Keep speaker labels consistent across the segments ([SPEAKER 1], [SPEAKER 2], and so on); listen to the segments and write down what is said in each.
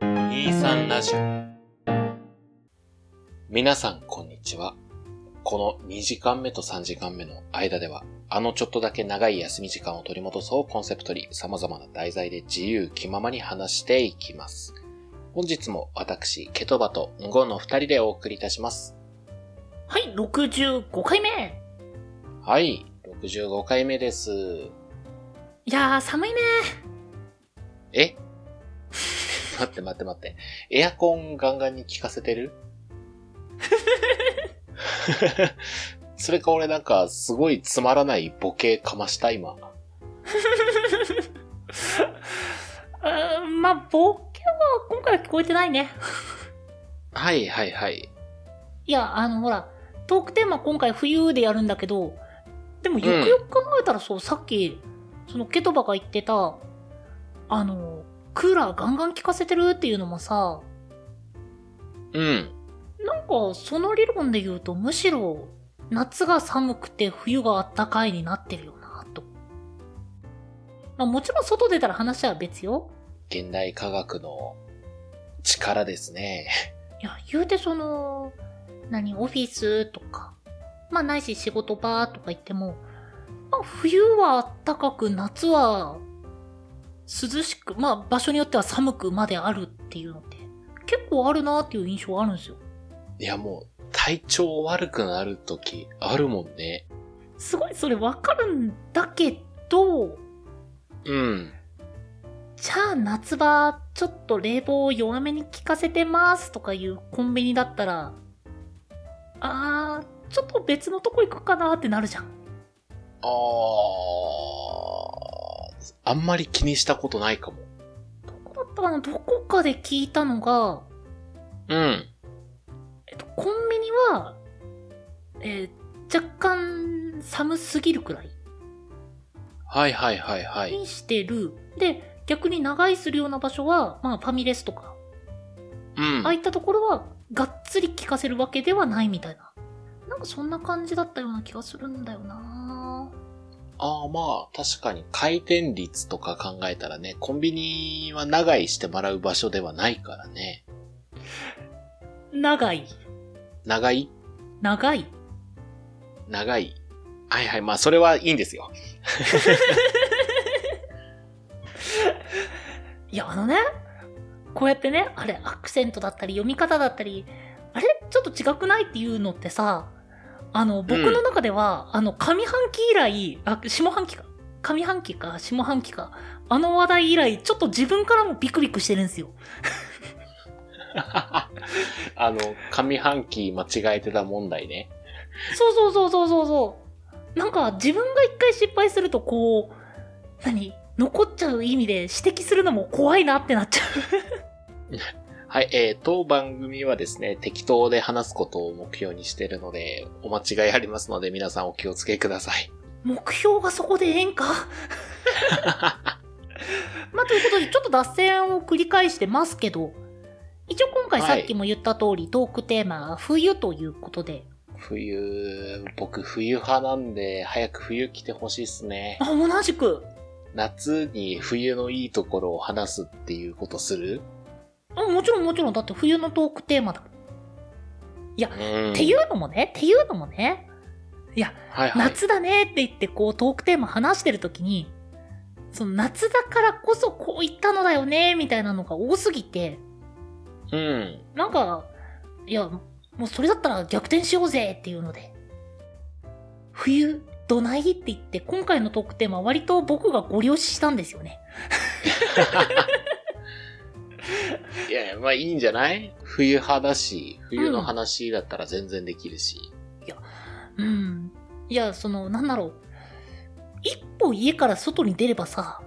[SPEAKER 1] 23ラジオ。皆さん、こんにちは。この2時間目と3時間目の間では、あのちょっとだけ長い休み時間を取り戻そうコンセプトに様々な題材で自由気ままに話していきます。本日も私、ケトバとンゴの二人でお送りいたします。
[SPEAKER 2] はい、65回目
[SPEAKER 1] はい、65回目です。
[SPEAKER 2] いやー、寒いね
[SPEAKER 1] え 待って待って待って。エアコンガンガンに効かせてる それか俺なんかすごいつまらないボケかました今。
[SPEAKER 2] うーん、まあ、ボケは今回は聞こえてないね。
[SPEAKER 1] はいはいはい。
[SPEAKER 2] いや、あの、ほら、トークテーマ今回冬でやるんだけど、でもよくよく考えたらそう、さっき、そのケトバが言ってた、あの、クーラーガンガン効かせてるっていうのもさ、
[SPEAKER 1] うん。
[SPEAKER 2] なんかその理論で言うとむしろ夏が寒くて冬が暖かいになってるよなと。まあもちろん外出たら話は別よ。
[SPEAKER 1] 現代科学の力ですね。
[SPEAKER 2] いや、言うてその、何、オフィスとか、まあないし仕事場とか行っても、まあ冬は暖かく夏は涼しく、まあ場所によっては寒くまであるっていうのって結構あるなっていう印象あるんですよ。
[SPEAKER 1] いやもう体調悪くなる時あるもんね。
[SPEAKER 2] すごいそれわかるんだけど、
[SPEAKER 1] うん。
[SPEAKER 2] じゃあ夏場ちょっと冷房を弱めに効かせてますとかいうコンビニだったらあーちょっと別のとこ行くかなってなるじゃん
[SPEAKER 1] あー。あんまり気にしたことないかも。
[SPEAKER 2] どこだったかなどこかで聞いたのが、
[SPEAKER 1] うん。
[SPEAKER 2] えっと、コンビニは、えー若干寒すぎるくらい
[SPEAKER 1] はいはいはいはい。
[SPEAKER 2] にしてる、で逆に長居するような場所は、まあ、ファミレスとか
[SPEAKER 1] うん。
[SPEAKER 2] ああいったところはがっつり効かせるわけではないみたいななんかそんな感じだったような気がするんだよな
[SPEAKER 1] ああ、まあ、確かに回転率とか考えたらね、コンビニは長居してもらう場所ではないからね。
[SPEAKER 2] 長い
[SPEAKER 1] 長い
[SPEAKER 2] 長い
[SPEAKER 1] 長い。はいはい、まあ、それはいいんですよ。
[SPEAKER 2] いやあのねこうやってねあれアクセントだったり読み方だったりあれちょっと違くないっていうのってさあの僕の中では、あの上半期以来あ下半期か上半期か下半期かあの話題以来ちょっと自分からもビクビクしてるんですよ
[SPEAKER 1] あの、上半期間違えてた問題ね。
[SPEAKER 2] そうそうそうそうそうそうなんか自分が一回失敗するとこう何残っちゃう意味で指摘するのも怖いなってなっちゃう
[SPEAKER 1] はい、えー、当番組はですね、適当で話すことを目標にしてるので、お間違いありますので、皆さんお気をつけください。
[SPEAKER 2] 目標がそこでええんか まあということでちょっと脱線を繰り返してますけど一応今回
[SPEAKER 1] は
[SPEAKER 2] さ
[SPEAKER 1] い
[SPEAKER 2] っきも言った通り、トークテーマが冬ということで
[SPEAKER 1] 冬、僕冬派なんで、早く冬来てほしいっすね
[SPEAKER 2] あ。同じく
[SPEAKER 1] 夏に冬のいいところを話すっていうことする
[SPEAKER 2] あもちろんもちろんだって冬のトークテーマだ、
[SPEAKER 1] うん
[SPEAKER 2] っていうのもねっていうのもね
[SPEAKER 1] はいはい。
[SPEAKER 2] 夏だねって言ってこうトークテーマ話してる時にその夏だからこそこう言ったのだよねみたいなのが多すぎて
[SPEAKER 1] うん。
[SPEAKER 2] なんか、いや、もうそれだったら逆転しようぜっていうので。冬、どないって言って、今回のトークテーマは割と僕がご了承したんですよね。
[SPEAKER 1] いやいや、まあいいんじゃない冬派だし、冬の話だったら全然できるし。
[SPEAKER 2] うん。いや、その、なんだろう。一歩家から外に出ればさ、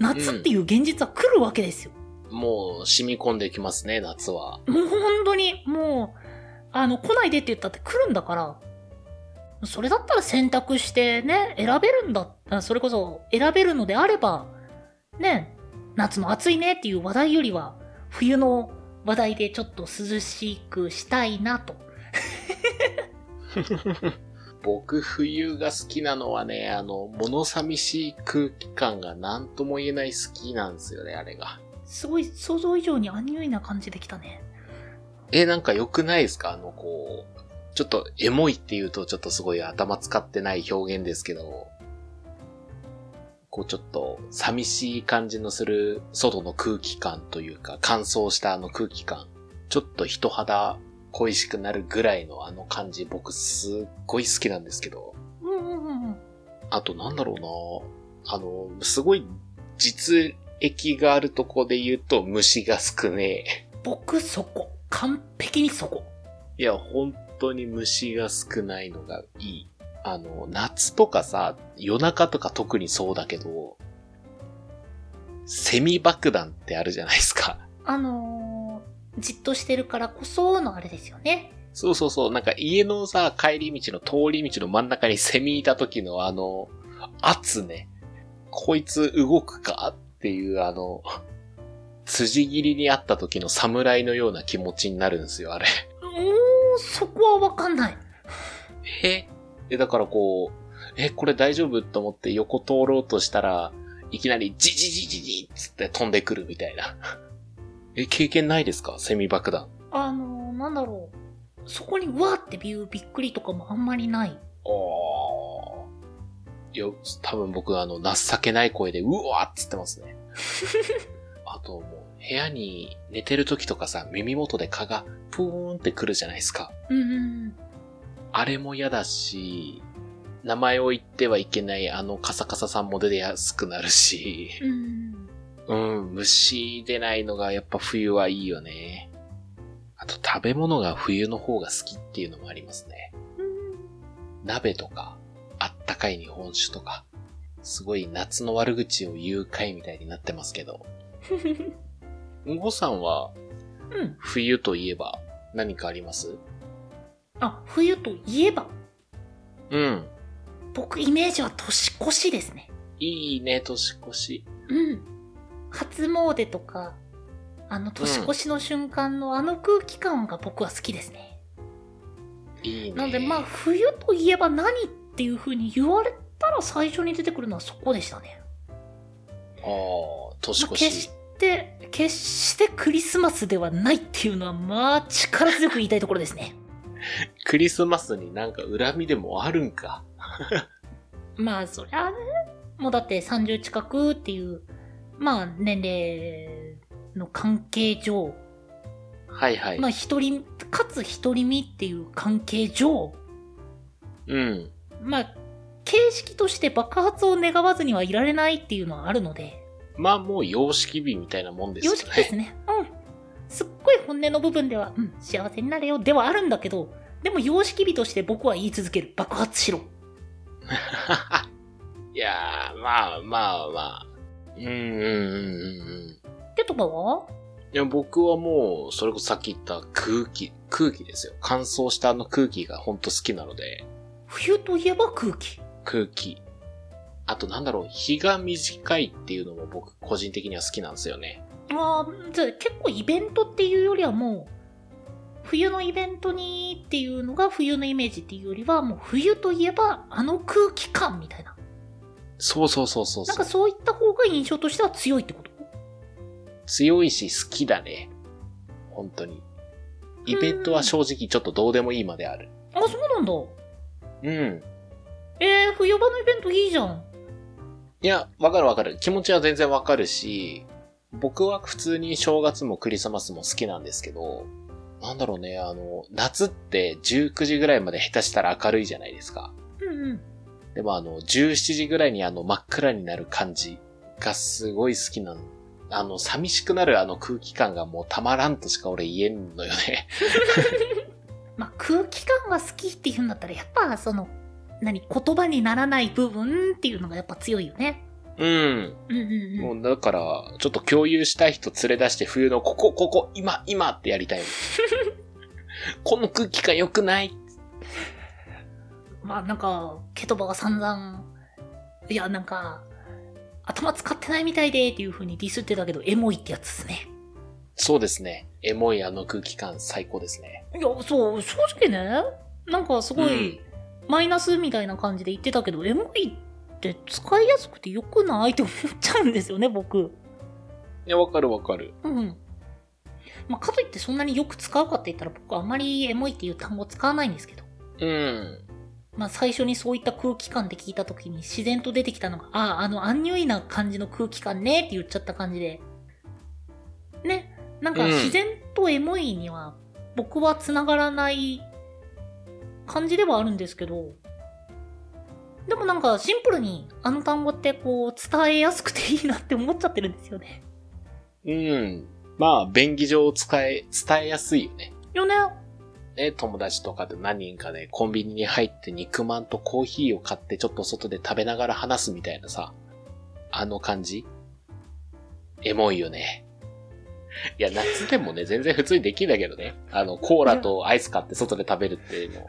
[SPEAKER 2] 夏っていう現実は来るわけですよ。
[SPEAKER 1] もう染み込んできますね、夏は。
[SPEAKER 2] もう本当に、もう、あの、来ないでって言ったって来るんだから、それだったら選択してね、選べるんだ。あそれこそ選べるのであれば、ね、夏の暑いねっていう話題よりは、冬の話題でちょっと涼しくしたいなと。
[SPEAKER 1] 僕冬が好きなのはね、あの、物寂しい空気感が何とも言えない好きなんですよね、あれが。
[SPEAKER 2] すごい想像以上にアンニュイな感じできたね。
[SPEAKER 1] え、なんか良くないですかあの、こう、ちょっとエモいっていうとちょっとすごい頭使ってない表現ですけど、こうちょっと寂しい感じのする外の空気感というか、乾燥したあの空気感、ちょっと人肌恋しくなるぐらいのあの感じ、僕すっごい好きなんですけど、
[SPEAKER 2] うんうんうんうん。
[SPEAKER 1] あとなんだろうなあの、すごい実益があるとこで言うと虫が少ねえ。
[SPEAKER 2] 僕そこ。完璧にそこ。
[SPEAKER 1] いや、本当に虫が少ないのがいい。あの、夏とかさ、夜中とか特にそうだけど、セミ爆弾ってあるじゃないですか。
[SPEAKER 2] あのー、じっとしてるからこそのあれですよね。
[SPEAKER 1] そうそうそう、なんか家のさ、帰り道の通り道の真ん中にセミいた時のあの、圧ね。こいつ動くかっていうあの、辻切りにあった時の侍のような気持ちになるんですよ、あれ。
[SPEAKER 2] もう、そこはわかんない。
[SPEAKER 1] ええ、だからこう、え、これ大丈夫と思って横通ろうとしたら、いきなりジジジジジっつって飛んでくるみたいな。え、経験ないですかセミ爆弾。
[SPEAKER 2] あのー、なんだろう。そこにうわーってビューびっくりとかもあんまりない。
[SPEAKER 1] おー。いや、多分僕あの、情けない声で、うわーっつってますね。あともう、部屋に寝てる時とかさ、耳元で蚊がプーンってくるじゃないですか。
[SPEAKER 2] うんうん。
[SPEAKER 1] あれも嫌だし、名前を言ってはいけないあのカサカサさんも出やすくなるし。
[SPEAKER 2] うん。
[SPEAKER 1] うん、虫出ないのがやっぱ冬はいいよね。あと食べ物が冬の方が好きっていうのもありますね。
[SPEAKER 2] うん
[SPEAKER 1] 鍋とか、あったかい日本酒とか、すごい夏の悪口を言う回みたいになってますけど。ごさんは
[SPEAKER 2] うん。
[SPEAKER 1] 冬といえば何かあります
[SPEAKER 2] あ、冬といえば、
[SPEAKER 1] うん。
[SPEAKER 2] 僕イメージは年越しですね。
[SPEAKER 1] いいね、年越し。
[SPEAKER 2] うん。初詣とか、あの年越しの瞬間のあの空気感が僕は好きですね。
[SPEAKER 1] いいね。
[SPEAKER 2] なのでまあ冬といえば何っていう風に言われたら最初に出てくるのはそこでしたね。
[SPEAKER 1] あー年
[SPEAKER 2] まあ
[SPEAKER 1] 越
[SPEAKER 2] 決
[SPEAKER 1] し
[SPEAKER 2] し。て、決してクリスマスではないっていうのはまあ力強く言いたいところですね。
[SPEAKER 1] クリスマスになんか恨みでもあるんか。
[SPEAKER 2] まあそりゃね、もうだって30近くっていう、まあ年齢の関係上、
[SPEAKER 1] はいはい。
[SPEAKER 2] まあ一人、かつ一人身っていう関係上、
[SPEAKER 1] うん。
[SPEAKER 2] まあ、形式として爆発を願わずにはいられないっていうのはあるので、
[SPEAKER 1] まあもう様式美みたいなもんですよ
[SPEAKER 2] 様
[SPEAKER 1] ね。
[SPEAKER 2] 式ですね。うん。すっごい本音の部分では、うん、幸せになれよではあるんだけど、でも様式美として僕は言い続ける。爆発しろ。
[SPEAKER 1] いやー、まあまあまあ。うんうんうんうんうん。
[SPEAKER 2] で、とかはい
[SPEAKER 1] や、僕はもう、それこそさっき言った空気、空気ですよ。乾燥したあの空気がほんと好きなので、
[SPEAKER 2] 冬といえば空気。
[SPEAKER 1] 空気。あとなんだろう、日が短いっていうのも僕個人的には好きなんですよね。
[SPEAKER 2] ああ、じゃあ結構イベントっていうよりはもう、冬のイベントにっていうのが冬のイメージっていうよりは、もう冬といえばあの空気感みたいな。
[SPEAKER 1] そうそうそうそう
[SPEAKER 2] なん
[SPEAKER 1] そ
[SPEAKER 2] か
[SPEAKER 1] う。
[SPEAKER 2] そういった方が印象としては強いってこと
[SPEAKER 1] 強いし好きだね。本当に。イベントは正直ちょっとどうでもいいまである。
[SPEAKER 2] あ、そうなんだ。
[SPEAKER 1] うん。
[SPEAKER 2] えー、冬場のイベントいいじゃん。
[SPEAKER 1] いや、わかるわかる。気持ちは全然わかるし、僕は普通に正月もクリスマスも好きなんですけど、なんだろうね、あの、夏って19時ぐらいまで下手したら明るいじゃないですか。
[SPEAKER 2] うんうん。
[SPEAKER 1] でもあの、17時ぐらいにあの真っ暗になる感じがすごい好きなの。あの、寂しくなるあの空気感がもうたまらんとしか俺言えんのよね。
[SPEAKER 2] まあ、空気感が好きっていうんだったら、やっぱその、何、言葉にならない部分っていうのがやっぱ強いよね。
[SPEAKER 1] うん。
[SPEAKER 2] うんうんうん。
[SPEAKER 1] もうだから、ちょっと共有したい人連れ出して冬のここ、ここ、今、今ってやり たいの。この空気感良くない
[SPEAKER 2] まあなんか、ケトバが散々、いやなんか、頭使ってないみたいでっていう風にディスってたけど、エモいってやつですね。
[SPEAKER 1] そうですね。エモいあの空気感最高ですね。
[SPEAKER 2] いや、そう、正直ね、なんかすごい、マイナスみたいな感じで言ってたけど、エモいって使いやすくて良くないって思っちゃうんですよね、僕。
[SPEAKER 1] いや、わかるわかる。
[SPEAKER 2] うんうん。まあ、かといってそんなによく使うかって言ったら僕あんまりエモいっていう単語使わないんですけど。
[SPEAKER 1] うん。
[SPEAKER 2] まあ最初にそういった空気感で聞いた時に自然と出てきたのが、ああ、あの、アンニュイな感じの空気感ねって言っちゃった感じで。ね。なんか
[SPEAKER 1] うん
[SPEAKER 2] 自然とエモいには僕は繋がらない感じではあるんですけど、でもなんかシンプルにあの単語ってこう伝えやすくていいなって思っちゃってるんですよね。
[SPEAKER 1] うん。まあ、便宜上使え、伝えやすいよね。
[SPEAKER 2] よね。
[SPEAKER 1] ね、友達とかで何人かね、コンビニに入って肉まんとコーヒーを買ってちょっと外で食べながら話すみたいなさ、あの感じエモいよね。いや、夏でもね、全然普通にできるんだけどね。あの、コーラとアイス買って外で食べるっていうの、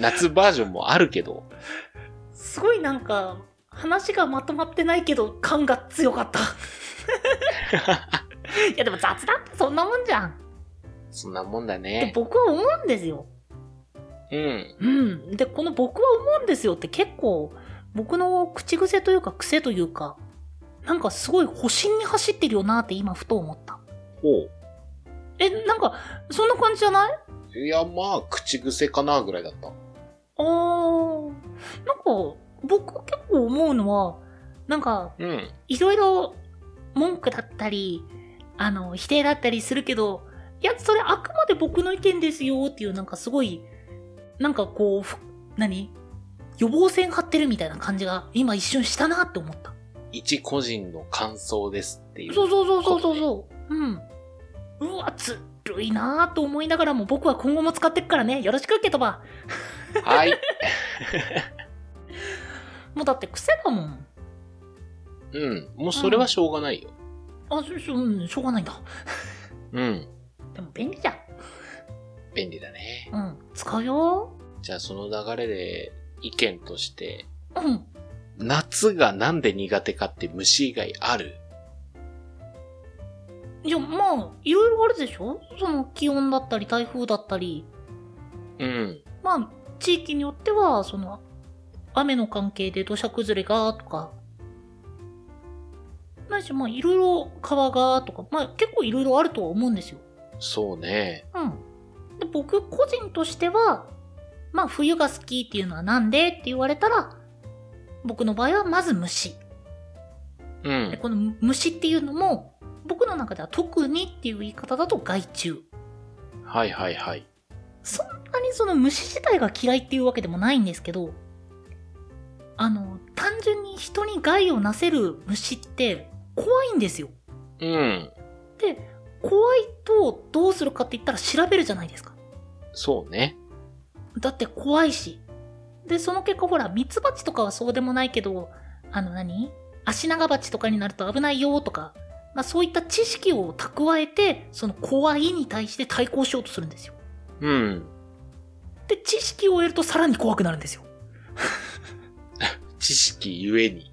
[SPEAKER 1] 夏バージョンもあるけ ど、
[SPEAKER 2] すごいなんか話がまとまってないけど感が強かった いやでも雑談ってそんなもんじゃん
[SPEAKER 1] そんなもんだ
[SPEAKER 2] って
[SPEAKER 1] ね。
[SPEAKER 2] 僕は思うんですよ
[SPEAKER 1] うん。
[SPEAKER 2] うんでこの「僕は思うんですよ」って結構僕の口癖というか癖というかなんかすごい保身に走ってるよなって今ふと思った
[SPEAKER 1] おう
[SPEAKER 2] えなんかそんな感じじゃない
[SPEAKER 1] いや、まあ、口癖かな、ぐらいだった。
[SPEAKER 2] あーなんか僕結構思うのはなんか
[SPEAKER 1] うん。
[SPEAKER 2] いろいろ文句だったり、あの、否定だったりするけど、いや、それあくまで僕の意見ですよっていう、なんかすごい、なんかこう、ふ何予防線張ってるみたいな感じが、今一瞬したなって思った。
[SPEAKER 1] 一個人の感想ですっていう。
[SPEAKER 2] そうそうそうそうそうそう。うん。うわ、ずるいなぁと思いながらも、僕は今後も使ってくからね、よろしくケトバ。
[SPEAKER 1] はい。
[SPEAKER 2] もうだって癖だもん。
[SPEAKER 1] うん。もうそれはしょうがないよ。
[SPEAKER 2] あ、しょ、しょうんしょうがないんだ。
[SPEAKER 1] うん。
[SPEAKER 2] でも便利じゃん。
[SPEAKER 1] 便利だね。
[SPEAKER 2] うん。使うよ。
[SPEAKER 1] じゃあその流れで意見として、
[SPEAKER 2] うん。
[SPEAKER 1] 夏がなんで苦手かって虫以外ある
[SPEAKER 2] いや、まあ、いろいろあるでしょその気温だったり、台風だったり、
[SPEAKER 1] うん。
[SPEAKER 2] まあ、地域によっては、その、雨の関係で土砂崩れが、とか、ないし、まあ、いろいろ川が、とか、まあ、結構いろいろあるとは思うんですよ。
[SPEAKER 1] そうね。
[SPEAKER 2] うん。で、僕個人としては、まあ、冬が好きっていうのはなんでって言われたら、僕の場合はまず虫。
[SPEAKER 1] う
[SPEAKER 2] で
[SPEAKER 1] ん。
[SPEAKER 2] この虫っていうのも、僕の中では特にっていう言い方だと害虫。
[SPEAKER 1] はいはいはい。
[SPEAKER 2] そんなにその虫自体が嫌いっていうわけでもないんですけど、あの、単純に人に害をなせる虫って怖いんですよ。
[SPEAKER 1] うん。
[SPEAKER 2] で、怖いとどうするかって言ったら調べるじゃないですか。
[SPEAKER 1] そうね。
[SPEAKER 2] だって怖いし。で、その結果ほら、ミツバチとかはそうでもないけど、あの何足長バチとかになると危ないよとか、まあそういった知識を蓄えて、その怖いに対して対抗しようとするんですよ。
[SPEAKER 1] うん。
[SPEAKER 2] で、知識を得るとさらに怖くなるんですよ。
[SPEAKER 1] 知識ゆえに。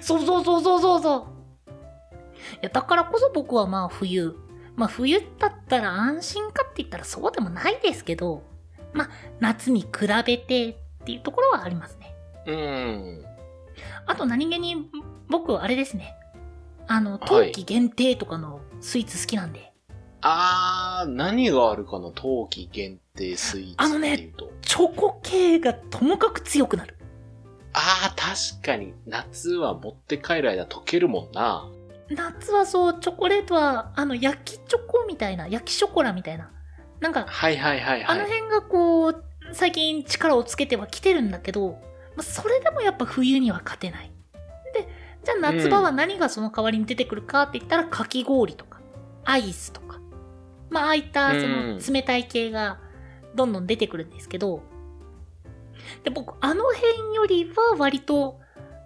[SPEAKER 2] そうそうそうそうそうそう。いや、だからこそ僕はまあ冬。まあ冬だったら安心かって言ったらそうでもないですけど、まあ夏に比べてっていうところはありますね。
[SPEAKER 1] うん。
[SPEAKER 2] あと何気に僕あれですね。あの、
[SPEAKER 1] は
[SPEAKER 2] 冬
[SPEAKER 1] い
[SPEAKER 2] 季限定とかのスイーツ好きなんで。
[SPEAKER 1] あー、何があるかな冬季限定スイーツっていうと。
[SPEAKER 2] チョコ系がともかく強くなる。
[SPEAKER 1] ああ、確かに、夏は持って帰る間溶けるもんな。
[SPEAKER 2] 夏はそう、チョコレートは、あの、焼きチョコみたいな、焼きショコラみたいな。なんか、
[SPEAKER 1] はいはいはい
[SPEAKER 2] あの
[SPEAKER 1] はい。
[SPEAKER 2] 辺がこう、最近力をつけてはきてるんだけど、まあ、それでもやっぱ冬には勝てない。で、じゃあ夏場は何がその代わりに出てくるかって言ったら、かき氷とか、アイスとか、まあ、ああいったその
[SPEAKER 1] うん
[SPEAKER 2] 冷たい系がどんどん出てくるんですけど、で、僕、あの辺よりは割と、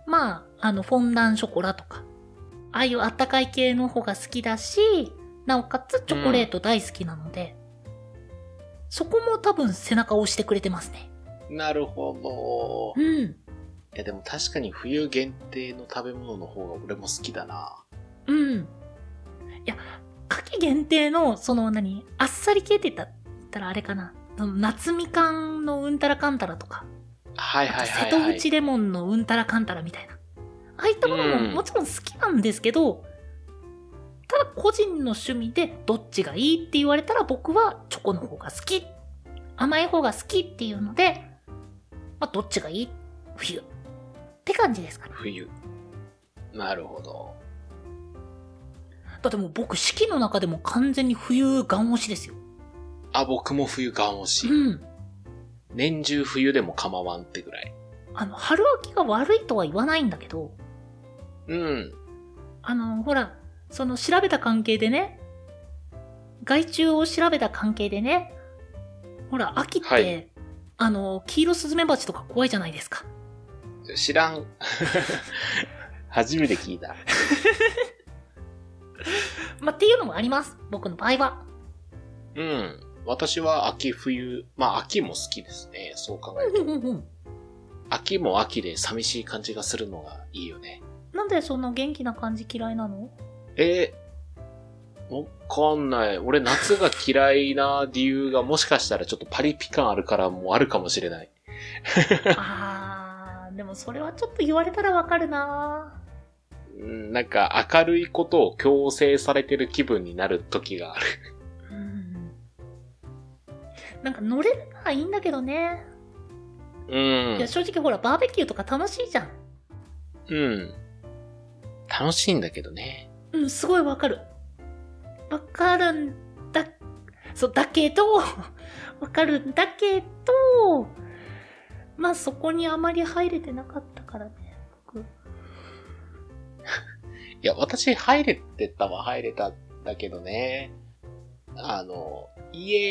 [SPEAKER 2] まあ、あの、フォンダンショコラとか、ああいうあったかい系の方が好きだし、なおかつチョコレート大好きなので、そこも多分背中を押してくれてますね。
[SPEAKER 1] なるほど。
[SPEAKER 2] うん。
[SPEAKER 1] いやでも確かに冬限定の食べ物の方が俺も好きだな。
[SPEAKER 2] うん。いや、夏季限定の、その何、あっさり系って言った言ったらあれかな。その夏みかんのうんたらかんたらとか、
[SPEAKER 1] はいはいは
[SPEAKER 2] 瀬
[SPEAKER 1] い、は
[SPEAKER 2] 戸
[SPEAKER 1] い。
[SPEAKER 2] 内レモンのうんたらかんたらみたいな。ああいったもの
[SPEAKER 1] う
[SPEAKER 2] も
[SPEAKER 1] ん
[SPEAKER 2] もちろん好きなんですけど、ただ個人の趣味でどっちがいいって言われたら僕はチョコの方が好き甘い方が好きっていうので、まあ、どっちがいい冬って感じですかね
[SPEAKER 1] 冬。なるほど。
[SPEAKER 2] だってもう僕四季の中でも完全に冬ガン押しですよ
[SPEAKER 1] あ、僕も冬が欲し
[SPEAKER 2] う
[SPEAKER 1] い。
[SPEAKER 2] ん
[SPEAKER 1] 年中冬でも構わんってぐらい。
[SPEAKER 2] あの春秋が悪いとは言わないんだけど
[SPEAKER 1] うん。
[SPEAKER 2] あのほらその調べた関係でね害虫を調べた関係でねほら秋って、
[SPEAKER 1] はい
[SPEAKER 2] あの黄色スズメバチとか怖いじゃないですか
[SPEAKER 1] 知らん。 初めて聞いた。
[SPEAKER 2] まあ、っていうのもあります僕の場合は
[SPEAKER 1] うん。私は秋冬、まあ秋も好きですね。そう考える
[SPEAKER 2] うんうんうん
[SPEAKER 1] 秋も秋で寂しい感じがするのがいいよね。
[SPEAKER 2] なんでそんな元気な感じ嫌いな の
[SPEAKER 1] えー、わかんない。俺夏が嫌いな理由がもしかしたらちょっとパリピ感あるからもあるかもしれない。
[SPEAKER 2] あーでもそれはちょっと言われたらわかるな
[SPEAKER 1] うん、なんか明るいことを強制されてる気分になる時がある。
[SPEAKER 2] うんなんか乗れるならいいんだけどね、
[SPEAKER 1] うん
[SPEAKER 2] いや。正直ほらバーベキューとか楽しいじゃん
[SPEAKER 1] うん。楽しいんだけどね。
[SPEAKER 2] うんすごいわかるわかるんだそうだけど わかるんだけどまあそこにあまり入れてなかったからね僕
[SPEAKER 1] いや、私入れてたは入れたんだけどね。あの、イエー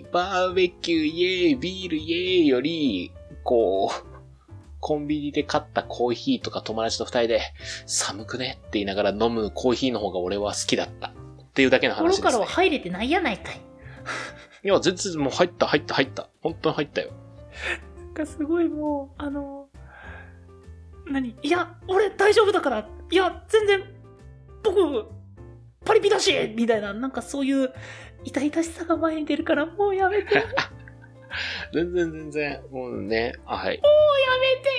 [SPEAKER 1] イバーベキューイエーイビールイエーイより、こう、コンビニで買ったコーヒーとか友達と二人で、寒くねって言いながら飲むコーヒーの方が俺は好きだった。っていうだけの話
[SPEAKER 2] 心
[SPEAKER 1] で
[SPEAKER 2] か
[SPEAKER 1] す、
[SPEAKER 2] らは
[SPEAKER 1] ね。
[SPEAKER 2] 入れてないやないかい
[SPEAKER 1] いや、全然もう入った入った入った。本当に入ったよ。
[SPEAKER 2] なんかすごいもうあの何いや俺大丈夫だからいや全然僕パリピだしみたいななんかそういう痛々しさが前に出るからもうやめてもうや
[SPEAKER 1] 全然全然、もうね、あはい。
[SPEAKER 2] めて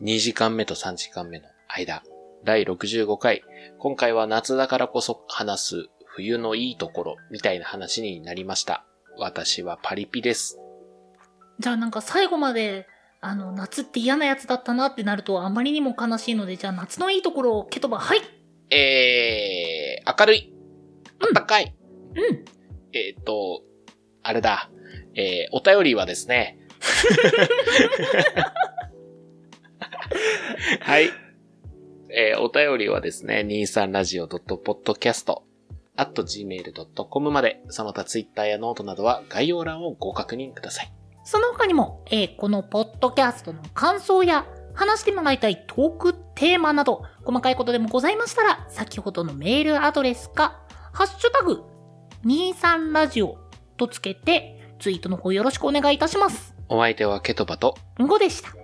[SPEAKER 1] 2時間目と3時間目の間、第65回、今回は夏だからこそ話す冬のいいところみたいな話になりました。私はパリピです。
[SPEAKER 2] じゃあなんか最後まであの夏って嫌なやつだったなってなるとあまりにも悲しいのでじゃあ夏のいいところをケトバはい
[SPEAKER 1] えー、明るい。あったかい。
[SPEAKER 2] うん
[SPEAKER 1] えっ、と、あれだ。えー、お便りはです ね。はい。えー、お便りはですね、23radio.podcast.gmail.com まで、その他ツイッターやノートなどは概要欄をご確認ください。
[SPEAKER 2] その他にも、えーこのポッドキャストの感想や、話してもらいたいトークテーマなど、細かいことでもございましたら、先ほどのメールアドレスか、ハッシュタグ、23ラジオとつけて、ツイートの方よろしくお願いいたします。
[SPEAKER 1] お相手はケトバと
[SPEAKER 2] んごでした。